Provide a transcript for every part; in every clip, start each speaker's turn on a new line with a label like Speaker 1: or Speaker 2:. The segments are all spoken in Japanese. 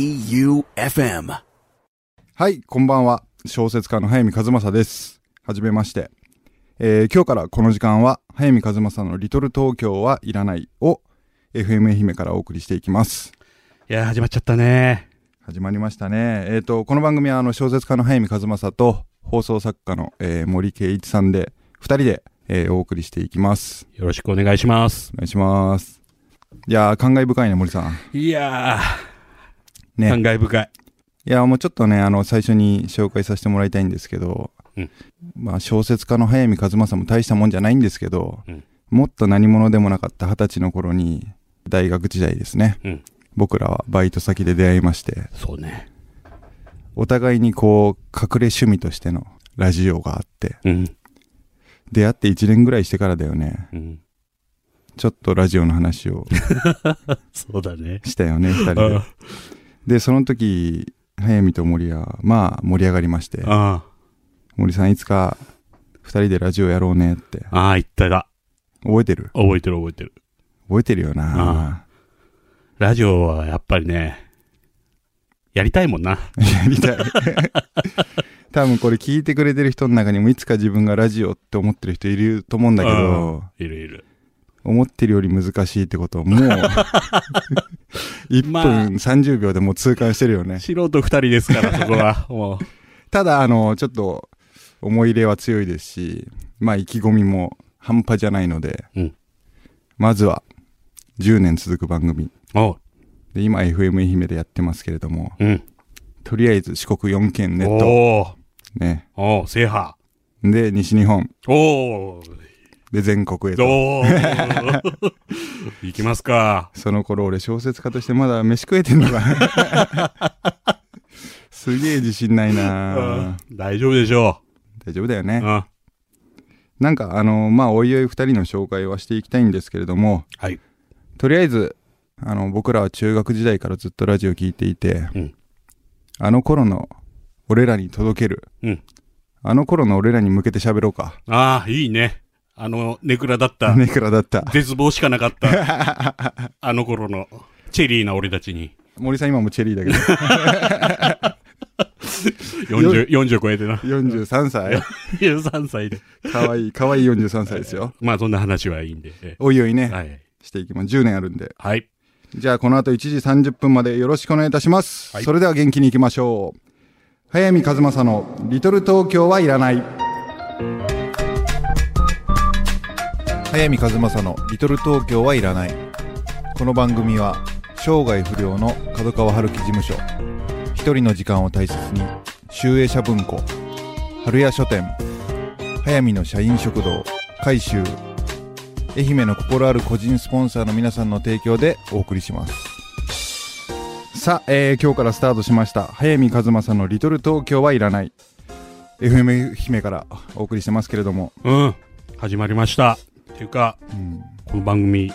Speaker 1: J-O-E-U-F-M
Speaker 2: はい、こんばんは。小説家の早見和正です。はじめまして。えー今日からこの時間は、早見和正のリトル東京はいらないを FM 愛媛からお送りしていきます。
Speaker 3: いやー、始まっちゃったね。
Speaker 2: 始まりましたね。えっ、と、この番組はあの小説家の早見和正と放送作家の、えー森圭一さんで、二人で、えーお送りしていきます。
Speaker 3: よろしくお願いします
Speaker 2: お。願いします。いやー、感慨深いね、森さん。
Speaker 3: いやー、
Speaker 2: ね
Speaker 3: 感慨深い。
Speaker 2: いや、もうちょっとね、あの、最初に紹介させてもらいたいんですけど、
Speaker 3: うん
Speaker 2: まあ、小説家の早見和正も大したもんじゃないんですけど、
Speaker 3: うん
Speaker 2: もっと何者でもなかった二十歳の頃に、大学時代ですね、
Speaker 3: うん
Speaker 2: 僕らはバイト先で出会いまして、
Speaker 3: そうね。
Speaker 2: お互いにこう、隠れ趣味としてのラジオがあって、
Speaker 3: うん。
Speaker 2: 出会って1年ぐらいしてからだよね、
Speaker 3: うん。
Speaker 2: ちょっとラジオの話を
Speaker 3: そうだね。
Speaker 2: したよね、二人で。
Speaker 3: あ
Speaker 2: で、その時、早見と森は、まあ、盛り上がりまして、
Speaker 3: あ
Speaker 2: 森さんいつか二人でラジオやろうねって
Speaker 3: ー、ああ、言っただ。
Speaker 2: 覚えてる
Speaker 3: 覚えてる覚えてる。
Speaker 2: 覚えてるよな
Speaker 3: ラジオはやっぱりね、やりたいもんな。
Speaker 2: やりたい 多分これ聞いてくれてる人の中にもいつか自分がラジオって思ってる人いると思うんだけど
Speaker 3: いるいる。
Speaker 2: 思ってるより難しいってことをもう 1
Speaker 3: まあ
Speaker 2: 分30秒でもう痛感してるよね
Speaker 3: 素人二人です から、そこは。も
Speaker 2: ただあのちょっと思い入れは強いですしまあ意気込みも半端じゃないので、
Speaker 3: うん
Speaker 2: まずは10年続く番組
Speaker 3: う。おう。
Speaker 2: で今 FM 愛媛でやってますけれども
Speaker 3: うん。
Speaker 2: とりあえず四国4県ネット
Speaker 3: おー
Speaker 2: ね
Speaker 3: おう、制覇。
Speaker 2: で西日本
Speaker 3: おお
Speaker 2: で全国へと
Speaker 3: おー行きますか。
Speaker 2: その頃俺小説家としてまだ飯食えてんのかな すげえ自信ないな
Speaker 3: うん大丈夫でしょ
Speaker 2: 大丈夫だよ
Speaker 3: う。う
Speaker 2: ね
Speaker 3: ん。
Speaker 2: なんかあのまあおいおい2人の紹介はしていきたいんですけれども
Speaker 3: はい。
Speaker 2: とりあえずあの僕らは中学時代からずっとラジオ聞いていて、
Speaker 3: うん
Speaker 2: あの頃の俺らに届ける、
Speaker 3: うん
Speaker 2: あの頃の俺らに向けて喋ろうか
Speaker 3: ああ、いいね。あの、ネクラだった。
Speaker 2: ネクラだった
Speaker 3: 絶望しかなかった。 あの頃の、チェリーな俺たちに。
Speaker 2: 森さん今もチェリーだけど
Speaker 3: 40、40超えてな。
Speaker 2: 43歳
Speaker 3: 13歳で。
Speaker 2: かわいい、かわいい43歳ですよ。
Speaker 3: まあ、そんな話はいいんで。え
Speaker 2: おいおい
Speaker 3: え
Speaker 2: ね、
Speaker 3: はい。
Speaker 2: していきます。10年あるんで。
Speaker 3: はい。
Speaker 2: じゃあ、この後1時30分までよろしくお願いいたします。
Speaker 3: はい
Speaker 2: それでは元気に行きましょう。早見和正のリトル東京はいらない。早見和正のリトル東京はいらない。この番組は生涯不良の角川春樹事務所、一人の時間を大切に、集英社文庫、春屋書店、早見の社員食堂、改修、愛媛の心ある個人スポンサーの皆さんの提供でお送りしますさあ、えー今日からスタートしました早見和正の「リトル東京はいらない」FM 姫からお送りしてますけれども、
Speaker 3: うん。始まりました。っていうか、
Speaker 2: うん、
Speaker 3: この番組、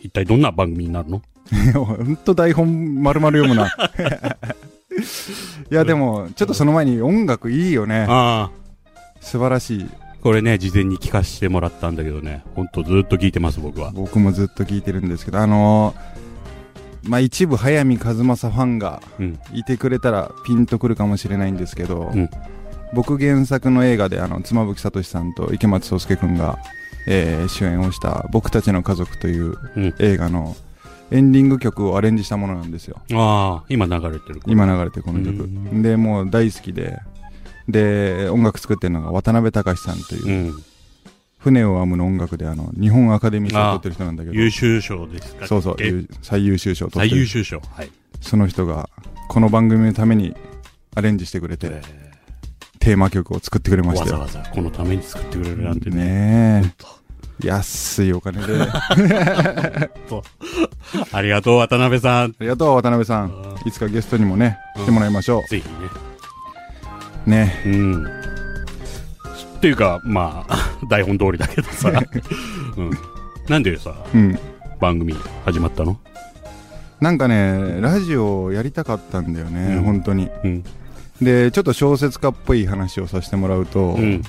Speaker 3: 一体どんな番組になるの
Speaker 2: ほんと台本丸々読むな いやでもちょっとその前に音楽いいよね
Speaker 3: あ
Speaker 2: 素晴らしい
Speaker 3: あ。これね、事前に聞かせてもらったんだけどね。ほんとずっと聞いてます、僕は。
Speaker 2: 僕もずっと聴いてるんですけどあのーまあ一部早見和正ファンが
Speaker 3: うん。
Speaker 2: いてくれたらピンとくるかもしれないんですけど、
Speaker 3: うん
Speaker 2: 僕原作の映画であの妻夫木聡さんと池松壮亮君が、えー主演をした「僕たちの家族」という
Speaker 3: うん
Speaker 2: 映画のエンディング曲をアレンジしたものなんですよ
Speaker 3: ああ、今流れてる。
Speaker 2: 今流れてるこの曲、
Speaker 3: うん
Speaker 2: でもう大好きでで音楽作ってるのが渡辺隆さんという、
Speaker 3: うん。
Speaker 2: 船を編むの音楽であの日本アカデミー賞を取ってる人なんだけ
Speaker 3: 優
Speaker 2: ど
Speaker 3: 秀賞ですか
Speaker 2: そうそう
Speaker 3: え
Speaker 2: 優最優秀賞を取
Speaker 3: 最
Speaker 2: って
Speaker 3: 優
Speaker 2: る
Speaker 3: 秀賞。はい。
Speaker 2: その人がこの番組のためにアレンジしてくれて、
Speaker 3: え
Speaker 2: テーマ曲を作ってくれまし
Speaker 3: わ
Speaker 2: た
Speaker 3: ざ
Speaker 2: よ
Speaker 3: わざこのために作ってくれるなんてね。
Speaker 2: ねえ安いお金 であ
Speaker 3: ありがとう、渡辺さん。
Speaker 2: りがとう渡辺さんいつかゲストにもね来てもらいましょ
Speaker 3: ぜひね。
Speaker 2: うね
Speaker 3: うん。っていうか、まあ、 台本通りだけど さ。うん。なんでさ、
Speaker 2: うん
Speaker 3: 番組始まったの
Speaker 2: なんかねラジオをやりたかったんだよね、
Speaker 3: うん
Speaker 2: 本当に
Speaker 3: うん。
Speaker 2: でちょっと小説家っぽい話をさせてもらうと、
Speaker 3: うん。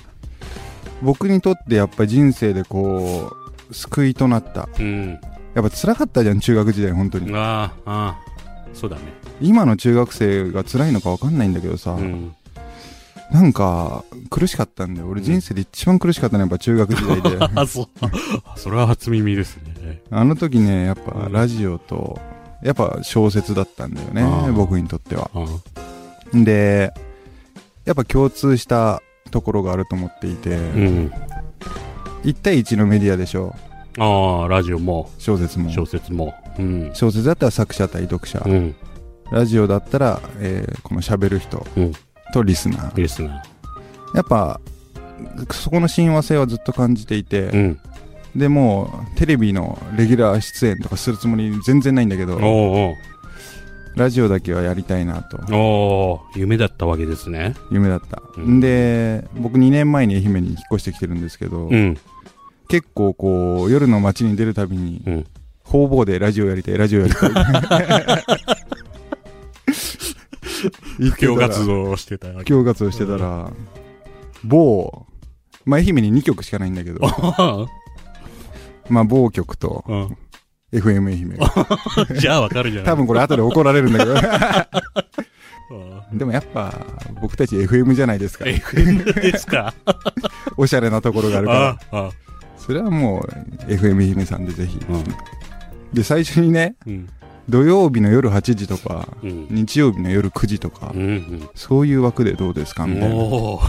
Speaker 2: 僕にとってやっぱり人生でこう救いとなった
Speaker 3: うん。
Speaker 2: やっぱ辛かったじゃん中学時代本当に
Speaker 3: ああ、あそうだね。
Speaker 2: 今の中学生が辛いのか分かんないんだけどさ、
Speaker 3: うん。
Speaker 2: なんか苦しかったんだよ俺人生で一番苦しかったのはやっぱ中学時 代で
Speaker 3: あ、そう。それは初耳ですね。
Speaker 2: あの時ねやっぱラジオとやっぱ小説だったんだよね
Speaker 3: あー
Speaker 2: 僕にとっては
Speaker 3: あ
Speaker 2: でやっぱ共通したところがあると思っていて、
Speaker 3: うん。
Speaker 2: 1対1のメディアでしょ
Speaker 3: ああ、ラジオも、
Speaker 2: 小説も
Speaker 3: 小説も。うん。
Speaker 2: 小説だったら作者対読者、
Speaker 3: うん。
Speaker 2: ラジオだったら、えーこの喋る人
Speaker 3: うん。
Speaker 2: とリスナー
Speaker 3: リスナ
Speaker 2: やっぱそこの親和性はずっと感じていて、
Speaker 3: ー。うん。
Speaker 2: でもうテレビのレギュラー出演とかするつもり全然ないんだけど
Speaker 3: おう
Speaker 2: ラジオだけはやりたいなと
Speaker 3: おうおう夢だったわけですね。
Speaker 2: 夢だった、
Speaker 3: うん
Speaker 2: で僕2年前に愛媛に引っ越してきてるんですけど、
Speaker 3: うん。
Speaker 2: 結構こう夜の街に出るたびに
Speaker 3: うん。
Speaker 2: 方々でラジオやりたいラジオやりた い
Speaker 3: 不況活動をしてたわ
Speaker 2: 布教活動してたら、某、まあ、愛媛に2曲しかないんだけどまあ某曲と
Speaker 3: うん
Speaker 2: FM 愛媛
Speaker 3: じゃあわかるじゃな
Speaker 2: 多
Speaker 3: い
Speaker 2: 分これ後で怒られるんだけど
Speaker 3: うん
Speaker 2: でもやっぱ僕たち FM じゃないですか
Speaker 3: FM ですか
Speaker 2: おしゃれなところがあるから
Speaker 3: ああ、
Speaker 2: それはもう FM 姫さんでぜひ、
Speaker 3: うん
Speaker 2: で最初にね
Speaker 3: うん。
Speaker 2: 土曜日の夜8時とか
Speaker 3: うん。
Speaker 2: 日曜日の夜9時とか、
Speaker 3: うん。
Speaker 2: そういう枠でどうですかみたいな
Speaker 3: おお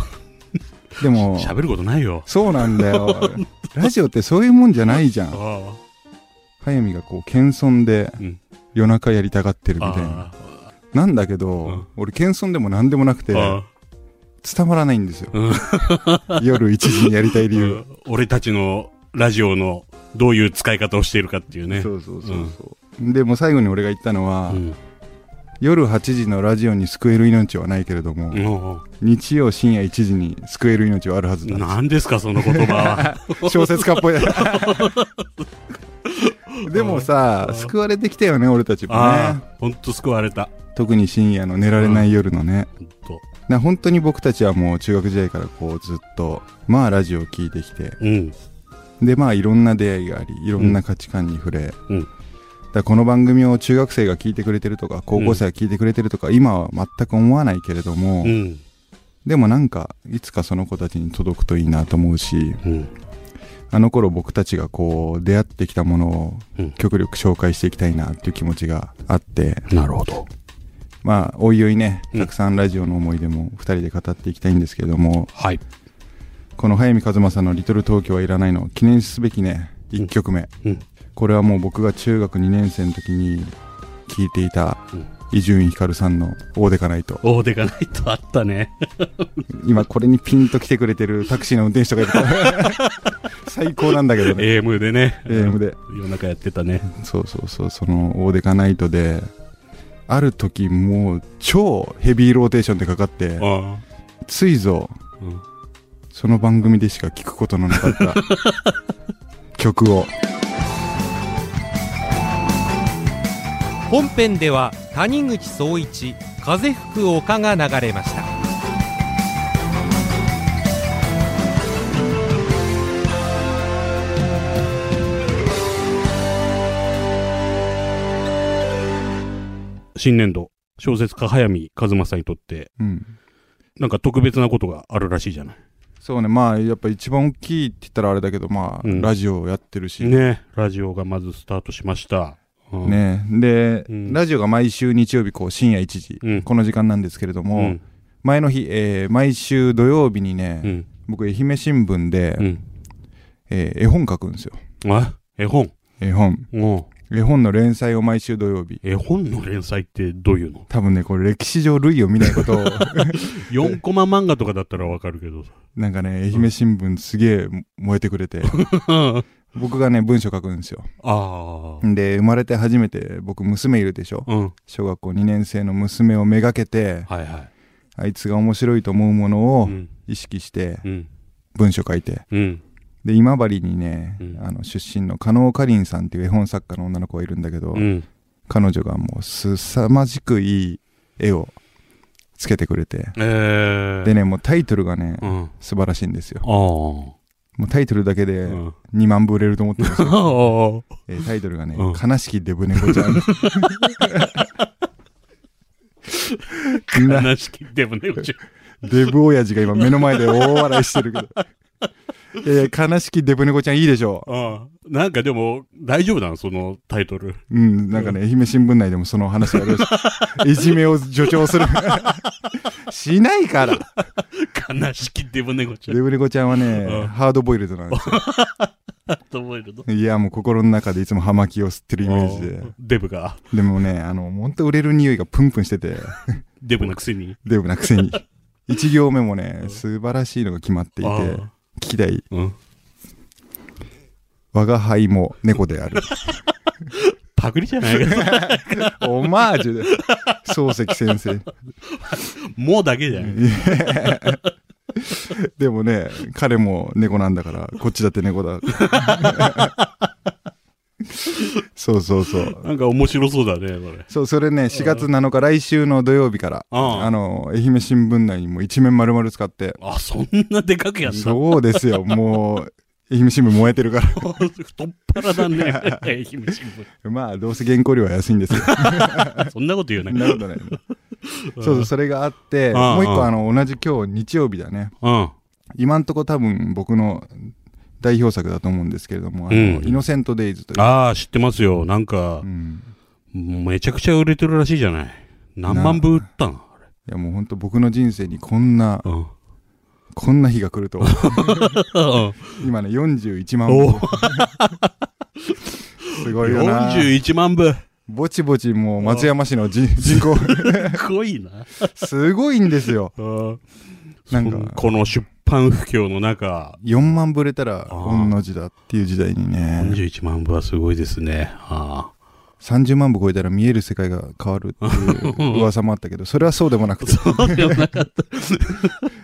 Speaker 2: でも
Speaker 3: 喋ることないよ。
Speaker 2: そうなんだ よラジオってそういうもんじゃないじゃん
Speaker 3: あ
Speaker 2: 速水がこう謙遜で
Speaker 3: うん
Speaker 2: 夜中やりたがってるみたいな
Speaker 3: あ。
Speaker 2: なんだけど、
Speaker 3: うん
Speaker 2: 俺謙遜でも何でもなくて
Speaker 3: あ
Speaker 2: 伝わらないんですよ、
Speaker 3: うん
Speaker 2: 夜1時にやりたい理
Speaker 3: う
Speaker 2: 由、
Speaker 3: ん俺たちのラジオのどういう使い方をしているかっていうね。
Speaker 2: そうそうそうそう、でも最後に俺が言ったのは、
Speaker 3: うん。
Speaker 2: 夜8時のラジオに救える命はないけれども、
Speaker 3: も
Speaker 2: 日曜深夜1時に救える命はあるはず
Speaker 3: う
Speaker 2: だ。
Speaker 3: 何ですか、その言葉は。
Speaker 2: 小説家っ ぽい。でもさ、救われてきたよね、俺たちも
Speaker 3: あ
Speaker 2: ね。
Speaker 3: あ、ほんと救われた。
Speaker 2: 特に深夜の寝られない夜のね。
Speaker 3: ほんと。
Speaker 2: な本当に僕たちはもう中学時代からこうずっと、まあラジオを聞いてきて、
Speaker 3: うん。
Speaker 2: でまあいろんな出会いがあり、いろんな価値観に触れ、
Speaker 3: うん
Speaker 2: だからこの番組を中学生が聞いてくれてるとか、高校生が聞いてくれてるとか、今は全く思わないけれども、
Speaker 3: うん。
Speaker 2: でもなんか、いつかその子たちに届くといいなと思うし、
Speaker 3: うん。
Speaker 2: あの頃僕たちがこう、出会ってきたものを
Speaker 3: うん
Speaker 2: 極力紹介していきたいなっていう気持ちがあって、
Speaker 3: なるほど。
Speaker 2: まあ、おいおいね、
Speaker 3: うん
Speaker 2: たくさんラジオの思い出も二人で語っていきたいんですけれども、
Speaker 3: はい。
Speaker 2: この早見和正のリトル東京はいらないの記念すべきね、一曲目。
Speaker 3: うん。
Speaker 2: これはもう僕が中学2年生の時に聴いていた
Speaker 3: うん
Speaker 2: 伊集院光さんの大でかないと。
Speaker 3: おうでかないとあった ね。
Speaker 2: 今これにピンと来てくれてるタクシーの運転手とかいるから 最高なんだけどね。
Speaker 3: AM でね。
Speaker 2: AM で。
Speaker 3: 夜中やってたね。
Speaker 2: そうそうそう、その、大デカナイトで、ある時もう超ヘビーローテーションでかかって、
Speaker 3: あ
Speaker 2: ついぞ、
Speaker 3: あ。うん。
Speaker 2: その番組でしか聞くことのなかった 曲を。
Speaker 4: 本編では谷口総一風吹く丘が流れました
Speaker 3: 新年度、小説家早見和正にとって、
Speaker 2: うん。
Speaker 3: なんか特別なことがあるらしいじゃない。
Speaker 2: そうね、まあ、やっぱ一番大きいって言ったらあれだけど、ま
Speaker 3: う
Speaker 2: あ、
Speaker 3: ん
Speaker 2: ラジオやってるし。ね。
Speaker 3: ね。ラジオがまずスタートしました。うん。
Speaker 2: で、
Speaker 3: うん
Speaker 2: ラジオが毎週日曜日こう深夜1時、
Speaker 3: うん
Speaker 2: この時間なんですけれど
Speaker 3: う
Speaker 2: も、
Speaker 3: ん。
Speaker 2: 前の日、えー毎週土曜日にね、
Speaker 3: うん。
Speaker 2: 僕、愛媛新聞で、
Speaker 3: うん。
Speaker 2: えー絵本書くんですよ。
Speaker 3: あ絵本。
Speaker 2: 絵本。
Speaker 3: うん。
Speaker 2: 絵本の連載を毎週土曜日。
Speaker 3: 絵本の連載ってどういうの
Speaker 2: 多分ね、これ歴史上類を見な いことを、
Speaker 3: ?4 コマ漫画とかだったらわかるけどさ。
Speaker 2: なんかね、愛媛新聞すげえ燃えてく れて、
Speaker 3: あ
Speaker 2: 僕がね、文章書くんですよ。
Speaker 3: あ。
Speaker 2: で、生まれて初めて僕娘いるでしょ
Speaker 3: うん。
Speaker 2: 小学校2年生の娘をめがけて、
Speaker 3: はいはい。
Speaker 2: あいつが面白いと思うもの
Speaker 3: う
Speaker 2: を
Speaker 3: ん。
Speaker 2: 意識して
Speaker 3: うん。
Speaker 2: 文章書いて、
Speaker 3: うん。
Speaker 2: で、今治にね
Speaker 3: う、ん
Speaker 2: あの、出身の加納かりんさんっていう絵本作家の女の子がいるんだけど
Speaker 3: う、ん。
Speaker 2: 彼女がもうすさまじくいい絵をつけてくれて、
Speaker 3: えー。
Speaker 2: でね、もうタイトルがね、
Speaker 3: うん。あ
Speaker 2: 素晴らしいんですよ。
Speaker 3: あ。
Speaker 2: もうタイトルだけで
Speaker 3: うん
Speaker 2: 2万部売れると思ってるんですよ。
Speaker 3: ああ。
Speaker 2: えータイトルがね、
Speaker 3: うん
Speaker 2: 悲しきデブ猫ちゃん。 な
Speaker 3: 話聞いてもね、うち。
Speaker 2: デブ親父が今目の前で大笑いしてるけど。いやいや、悲しきデブ猫ちゃんいいでしょ
Speaker 3: うん。なんかでも、大丈夫なのそのタイトル。
Speaker 2: う。うん、なんかね、愛媛新聞内でもその話があるらし い。いじめを助長する。しないから。
Speaker 3: 悲しきデブ猫ちゃん
Speaker 2: デブ猫ちゃんはね、
Speaker 3: うん
Speaker 2: ハードボイルドなんです
Speaker 3: と思えるの。
Speaker 2: よ。いや、もう心の中でいつも葉巻を吸ってるイメージで
Speaker 3: う。んデブが、
Speaker 2: でもね、あの、ほんと売れる匂いがプンプンしてて、
Speaker 3: デブのくせに。
Speaker 2: デブなくせに。一行目もね、素晴らしいのが決まっていて、
Speaker 3: あ
Speaker 2: 聞
Speaker 3: あ
Speaker 2: きたい。
Speaker 3: うん。
Speaker 2: 我が輩も猫である。
Speaker 3: パクリじゃないか。
Speaker 2: オマージュで。 漱石先生。
Speaker 3: もうだけじゃない。
Speaker 2: でもね、彼も猫なんだから、こっちだって猫だ。そうそうそう。
Speaker 3: なんか面白そうだね、これ。
Speaker 2: そう、それね、4月7日、来週の土曜日から、
Speaker 3: ああ
Speaker 2: あの、愛媛新聞内にも一面丸々使って、
Speaker 3: あ、そんなでかくやんだ。
Speaker 2: そうですよ、もう、愛媛新聞燃えてるか
Speaker 3: 太っ腹 だね。愛媛新聞
Speaker 2: ら。 まあ、どうせ原稿料は安いんですよ。
Speaker 3: そんなこと言う
Speaker 2: そ
Speaker 3: なんい。
Speaker 2: なことない。そうそう、それがあって、
Speaker 3: ああ
Speaker 2: もう一個、
Speaker 3: ああ
Speaker 2: あの、同じ今日、日曜日だね。
Speaker 3: うん。
Speaker 2: 今んとこ多分僕の代表作だと思うんですけれども、あの
Speaker 3: うん
Speaker 2: イノセント・デイズという、
Speaker 3: ああ、知ってますよ。なんか
Speaker 2: う、ん、
Speaker 3: めちゃくちゃ売れてるらしいじゃない。何万部売ったのあれ
Speaker 2: いやもう本当僕の人生にこんな
Speaker 3: うん。
Speaker 2: こんな日が来ると 今ね41万
Speaker 3: お
Speaker 2: 部すごいよな
Speaker 3: 41万部。
Speaker 2: ぼちぼちもう松山市の人人口
Speaker 3: すごいな。
Speaker 2: すごいんですよなんか
Speaker 3: この出版不況の中、
Speaker 2: 4万部売れたら
Speaker 3: あ
Speaker 2: 御の字だっていう時代にね
Speaker 3: 41万部はすごいですね。あ
Speaker 2: 30万部超えたら見える世界が変わるっていう噂もあった けどそれはそうでもなくて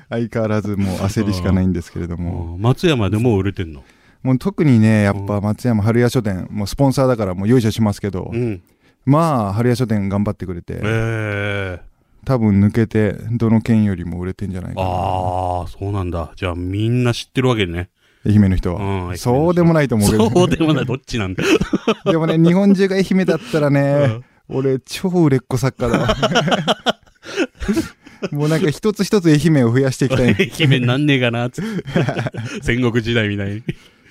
Speaker 2: 相変わらずもう焦りしかないんですけれど
Speaker 3: あ
Speaker 2: も
Speaker 3: 松山でもう売れてんの。
Speaker 2: もう特にね、やっぱ松山春屋書店、もうスポンサーだからもう用意しますけど、
Speaker 3: うん。
Speaker 2: まあ、春屋書店頑張ってくれて、
Speaker 3: ええ。
Speaker 2: 多分抜けて、どの県よりも売れてんじゃないかな。
Speaker 3: ああ、そうなんだ。じゃあみんな知ってるわけね。
Speaker 2: 愛媛の人
Speaker 3: うん愛媛の
Speaker 2: は。
Speaker 3: 人
Speaker 2: そうでもないと思うけ
Speaker 3: そうでもない、どっちなん だ。
Speaker 2: ど。でもね、日本中が愛媛だったらね、俺、超売れっ子作家だ わ。もうなんか一つ一つ愛媛を増やしていきたい。
Speaker 3: 愛媛なんねえかな、つって。 戦国時代みたいに。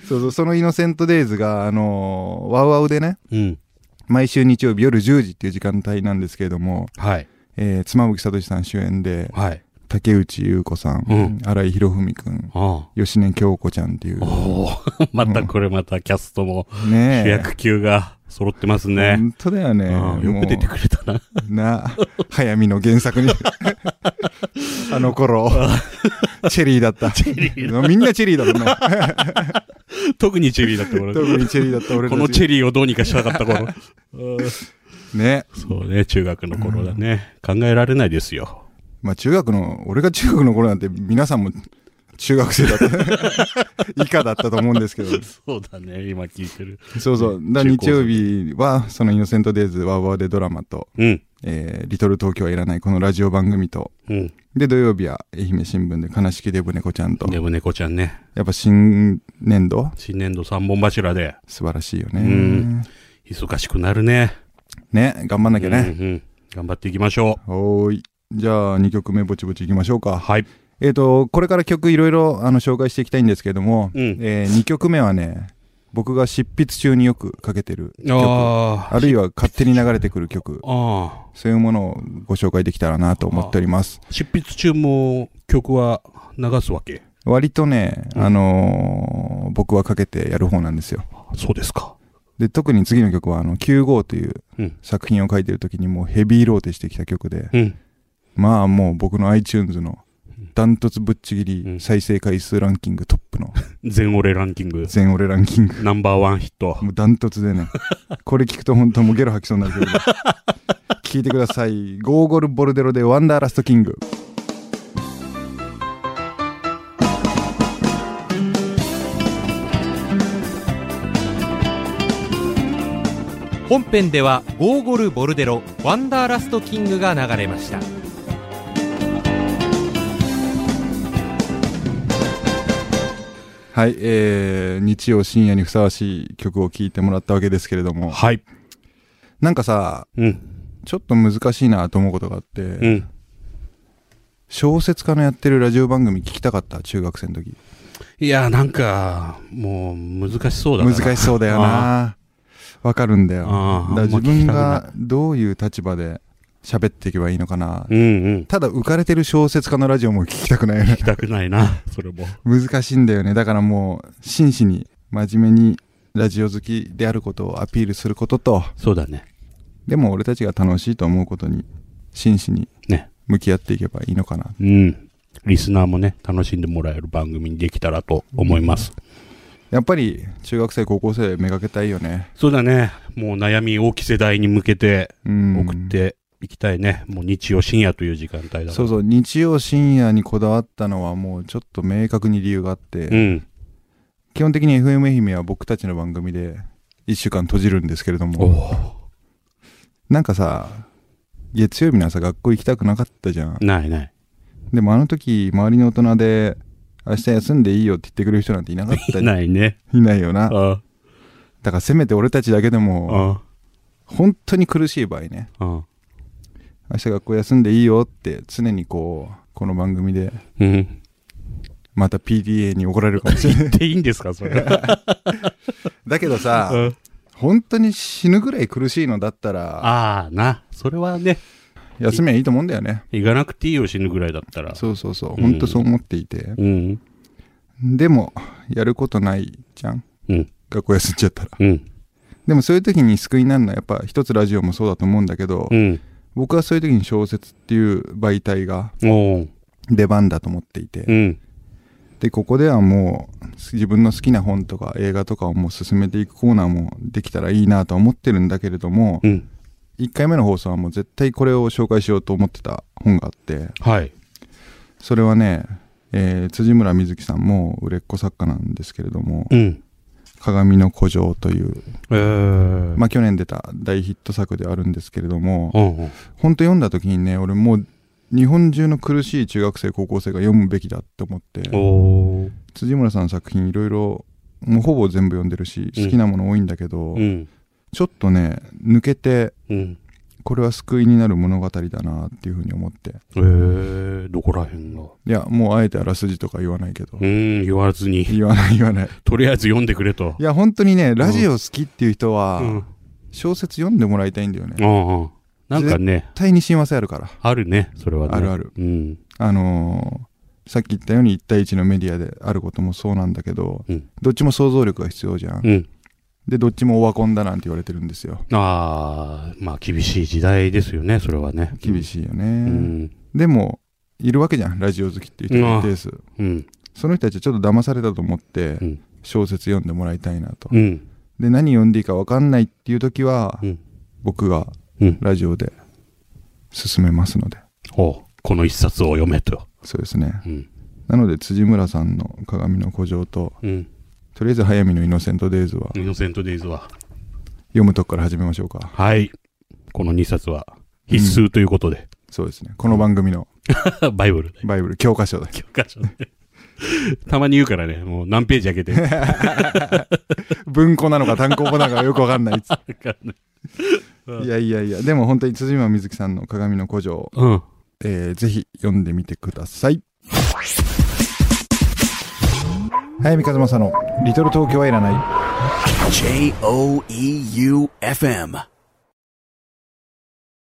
Speaker 2: そうそう、そのイノセントデイズが、あのーワウワウでね、
Speaker 3: うん。
Speaker 2: 毎週日曜日夜10時っていう時間帯なんですけれども、
Speaker 3: はい。
Speaker 2: えー、妻夫木聡さん主演で、
Speaker 3: はい。
Speaker 2: 竹内優子さん、
Speaker 3: うん
Speaker 2: 新井博文くん、
Speaker 3: あ
Speaker 2: 吉根京子ちゃんっていう
Speaker 3: あ。、おー またこれまたキャストも
Speaker 2: ねえ。
Speaker 3: 主役級が揃ってますね。
Speaker 2: 本当だよね。
Speaker 3: うんよ
Speaker 2: も
Speaker 3: く
Speaker 2: う
Speaker 3: 出てくれたな。
Speaker 2: な、早見の原作 に。あの頃、チェリーだった。みんなチェリーだも んね。
Speaker 3: 特にチェリーだった頃。
Speaker 2: 特にチェリーだった俺たち
Speaker 3: このチェリーをどうにかしたかった 頃。
Speaker 2: ね。
Speaker 3: そうね、中学の頃だね。考えられないですよ。
Speaker 2: まあ中学の、俺が中学の頃なんて皆さんも中学生だ った。以下だったと思うんですけど。
Speaker 3: そうだね、今聞いてる。
Speaker 2: そうそう。だ
Speaker 3: 中
Speaker 2: 日
Speaker 3: 高生
Speaker 2: 曜日は、そのイノセントデイズ、ワーワーでドラマと、
Speaker 3: うん。
Speaker 2: えーリトル東京はいらないこのラジオ番組と、
Speaker 3: うん。
Speaker 2: で、土曜日は愛媛新聞で悲しきデブ猫ちゃんと、
Speaker 3: でも猫ちゃんね、
Speaker 2: やっぱ新年度、
Speaker 3: 新年度三本柱で、
Speaker 2: 素晴らしいよね。
Speaker 3: うん忙しくなるね。
Speaker 2: ね、頑張んなきゃね。
Speaker 3: うんうん。頑張っていきましょ
Speaker 2: おーい。じゃあ、2曲目ぼちぼちいきましょう
Speaker 3: う。
Speaker 2: か。
Speaker 3: はい。
Speaker 2: えっ、と、これから曲いろいろあの紹介していきたいんですけども、
Speaker 3: うん
Speaker 2: え2曲目はね、僕が執筆中によくかけてる曲、
Speaker 3: あ
Speaker 2: あるいは勝手に流れてくる曲、
Speaker 3: あ。あ
Speaker 2: そういうものをご紹介できたらなと思っております。
Speaker 3: あ。執筆中も曲は流すわけ。
Speaker 2: 割とね、あのー僕はかけてやる方なんですよ。
Speaker 3: そうですか。
Speaker 2: で、特に次の曲は、あの、95という
Speaker 3: うん。
Speaker 2: 作品を書いてる時にもうヘビーローテしてきた曲で、
Speaker 3: うん。
Speaker 2: まあもう僕の iTunes のダントツぶっちぎ
Speaker 3: う
Speaker 2: り
Speaker 3: ん
Speaker 2: 再生回数ランキングトップの
Speaker 3: 全俺ランキング、
Speaker 2: 全俺ラン キング。
Speaker 3: ナンバーワンヒット。
Speaker 2: もうダントツでね、これ聞くと本当もうゲロ吐きそうになるけど、聞いてください。ゴーゴルボルデロでワンダーラストキング。
Speaker 4: 本編ではゴーゴルボルデロワンダーラストキングが流れました
Speaker 2: はい、えー、日曜深夜にふさわしい曲を聴いてもらったわけですけれども、
Speaker 3: はい。
Speaker 2: なんかさ、
Speaker 3: うん。
Speaker 2: ちょっと難しいなと思うことがあって、
Speaker 3: うん。
Speaker 2: 小説家のやってるラジオ番組聞きたかった中学生の時
Speaker 3: いや、なんか、もう難しそうだな。
Speaker 2: 難しそうだよなわかるんだよだから自分がどういう立場で喋っていけばいいのかな
Speaker 3: うんうん。
Speaker 2: ただ浮かれてる小説家のラジオも聞きたくないよね
Speaker 3: 聞きたくない な、それも。
Speaker 2: 難しいんだよねだからもう真摯に真面目にラジオ好きであることをアピールすることと
Speaker 3: そうだね。
Speaker 2: でも俺たちが楽しいと思うことに真摯に
Speaker 3: ね。
Speaker 2: 向き合っていけばいいのかな
Speaker 3: うん。リスナーもね、楽しんでもらえる番組にできたらと思います。
Speaker 2: やっぱり中学生高校生めがけたいよね
Speaker 3: そうだね。もう悩み大きい世代に向けて
Speaker 2: うん
Speaker 3: 送っていきたいね。もう日曜深夜という時間帯だから。
Speaker 2: そうそう日曜深夜にこだわったのはもうちょっと明確に理由があって、
Speaker 3: うん。
Speaker 2: 基本的に FM 愛媛は僕たちの番組で1週間閉じるんですけれど
Speaker 3: お
Speaker 2: も
Speaker 3: お。
Speaker 2: なんかさ月曜日の朝学校行きたくなかったじゃん
Speaker 3: ないない。
Speaker 2: でもあの時周りの大人で明日休んでいいよって言ってくれる人なんていなかったじゃん
Speaker 3: ないね。
Speaker 2: いないよな
Speaker 3: あ
Speaker 2: だからせめて俺たちだけで
Speaker 3: あ。あ
Speaker 2: も本当に苦しい場合ね
Speaker 3: あ。
Speaker 2: 明日学校休んでいいよって常にこうこの番組で
Speaker 3: うん。
Speaker 2: また PTA に怒られるかも しれない
Speaker 3: で、いいんですか、それ。
Speaker 2: だけど
Speaker 3: あ
Speaker 2: さ、本当に死ぬぐらい苦しいのだったら
Speaker 3: あー、な。それはね、
Speaker 2: 休みはいいと思うんだよね
Speaker 3: 行かなくていいよ、死ぬぐらいだったら。
Speaker 2: そうそうそう
Speaker 3: うん
Speaker 2: 本当そう思っていて、
Speaker 3: うん。
Speaker 2: でもやることないじゃん
Speaker 3: うん。
Speaker 2: 学校休んじゃったら
Speaker 3: うん。
Speaker 2: でもそういう時に救いになるのはやっぱ一つラジオもそうだと思うんだけど、
Speaker 3: うん。
Speaker 2: 僕はそういう時に小説っていう媒体が
Speaker 3: おー
Speaker 2: 出番だと思っていて、
Speaker 3: うん。
Speaker 2: でここではもう自分の好きな本とか映画とかをもう進めていくコーナーもできたらいいなとは思ってるんだけれども、
Speaker 3: うん。
Speaker 2: 1回目の放送はもう絶対これを紹介しようと思ってた本があって
Speaker 3: はい。
Speaker 2: それはね、えー辻村瑞希さんも売れっ子作家なんですけれども
Speaker 3: うん。
Speaker 2: 「鏡の古城」という、
Speaker 3: えー。
Speaker 2: まあ、去年出た大ヒット作であるんですけれども
Speaker 3: うんうん。
Speaker 2: 本当読んだ時にね俺もう日本中の苦しい中学生高校生が読むべきだって思って
Speaker 3: おー
Speaker 2: 辻村さんの作品いろいろもうほぼ全部読んでるし
Speaker 3: うん
Speaker 2: 好きなもの多いんだけど、
Speaker 3: うん。
Speaker 2: ちょっとね抜けて
Speaker 3: うん。
Speaker 2: これは救いになる物語だなっていうふうに思って
Speaker 3: えー、どこら辺が
Speaker 2: いやもうあえてあらすじとか言わないけど、
Speaker 3: うーん、言わずに。
Speaker 2: 言わない言わない
Speaker 3: とりあえず読んでくれと
Speaker 2: い。や本当にねラジオ好きっていう人は
Speaker 3: うん。
Speaker 2: 小説読んでもらいたいんだよね、絶
Speaker 3: うんうん。なんかね、
Speaker 2: 対に親和性あるから
Speaker 3: あるね、それはね。
Speaker 2: あるある
Speaker 3: うん。
Speaker 2: あのーさっき言ったように1対1のメディアであることもそうなんだけど、
Speaker 3: うん
Speaker 2: どっちも想像力が必要じゃん、
Speaker 3: うん。
Speaker 2: でどっちもオワコンだなんて言われてるんですよ
Speaker 3: ああ、まあ厳しい時代ですよね、それはね。
Speaker 2: 厳
Speaker 3: い。
Speaker 2: しいよね、
Speaker 3: うん。
Speaker 2: でもいるわけじゃんラジオ好きっていう人が一定数
Speaker 3: うん。
Speaker 2: その人たちはちょっと騙されたと思って
Speaker 3: うん
Speaker 2: 小説読んでもらいたいなと、
Speaker 3: うん。
Speaker 2: で何読んでいいか分かんないっていう時は、
Speaker 3: うん
Speaker 2: 僕が
Speaker 3: うん。
Speaker 2: ラジオで進めますので
Speaker 3: おこの一冊を読めと。
Speaker 2: そうですね
Speaker 3: うん。
Speaker 2: なので辻村さんの「鏡の古城」と
Speaker 3: うん。
Speaker 2: とりあえず早見の「イノセント・デイズ」は
Speaker 3: イノセントデイズは。
Speaker 2: 読むとこから始めましょうか
Speaker 3: はい。この二冊は必須ということで。
Speaker 2: そうですねこの番組の
Speaker 3: バイブルで。
Speaker 2: バイブル教科書で
Speaker 3: 教科書で。 たまに言うからね、もう何ページ開け てる
Speaker 2: 文庫なのか単行本なのかよく分かんない っつ
Speaker 3: かね。
Speaker 2: いやいやいやでも本当に辻村瑞希さんの「鏡の古城」
Speaker 3: うん。
Speaker 2: えーぜひ読んでみてください。早見和正の「リトル東京はいらない」
Speaker 1: J O E U F M.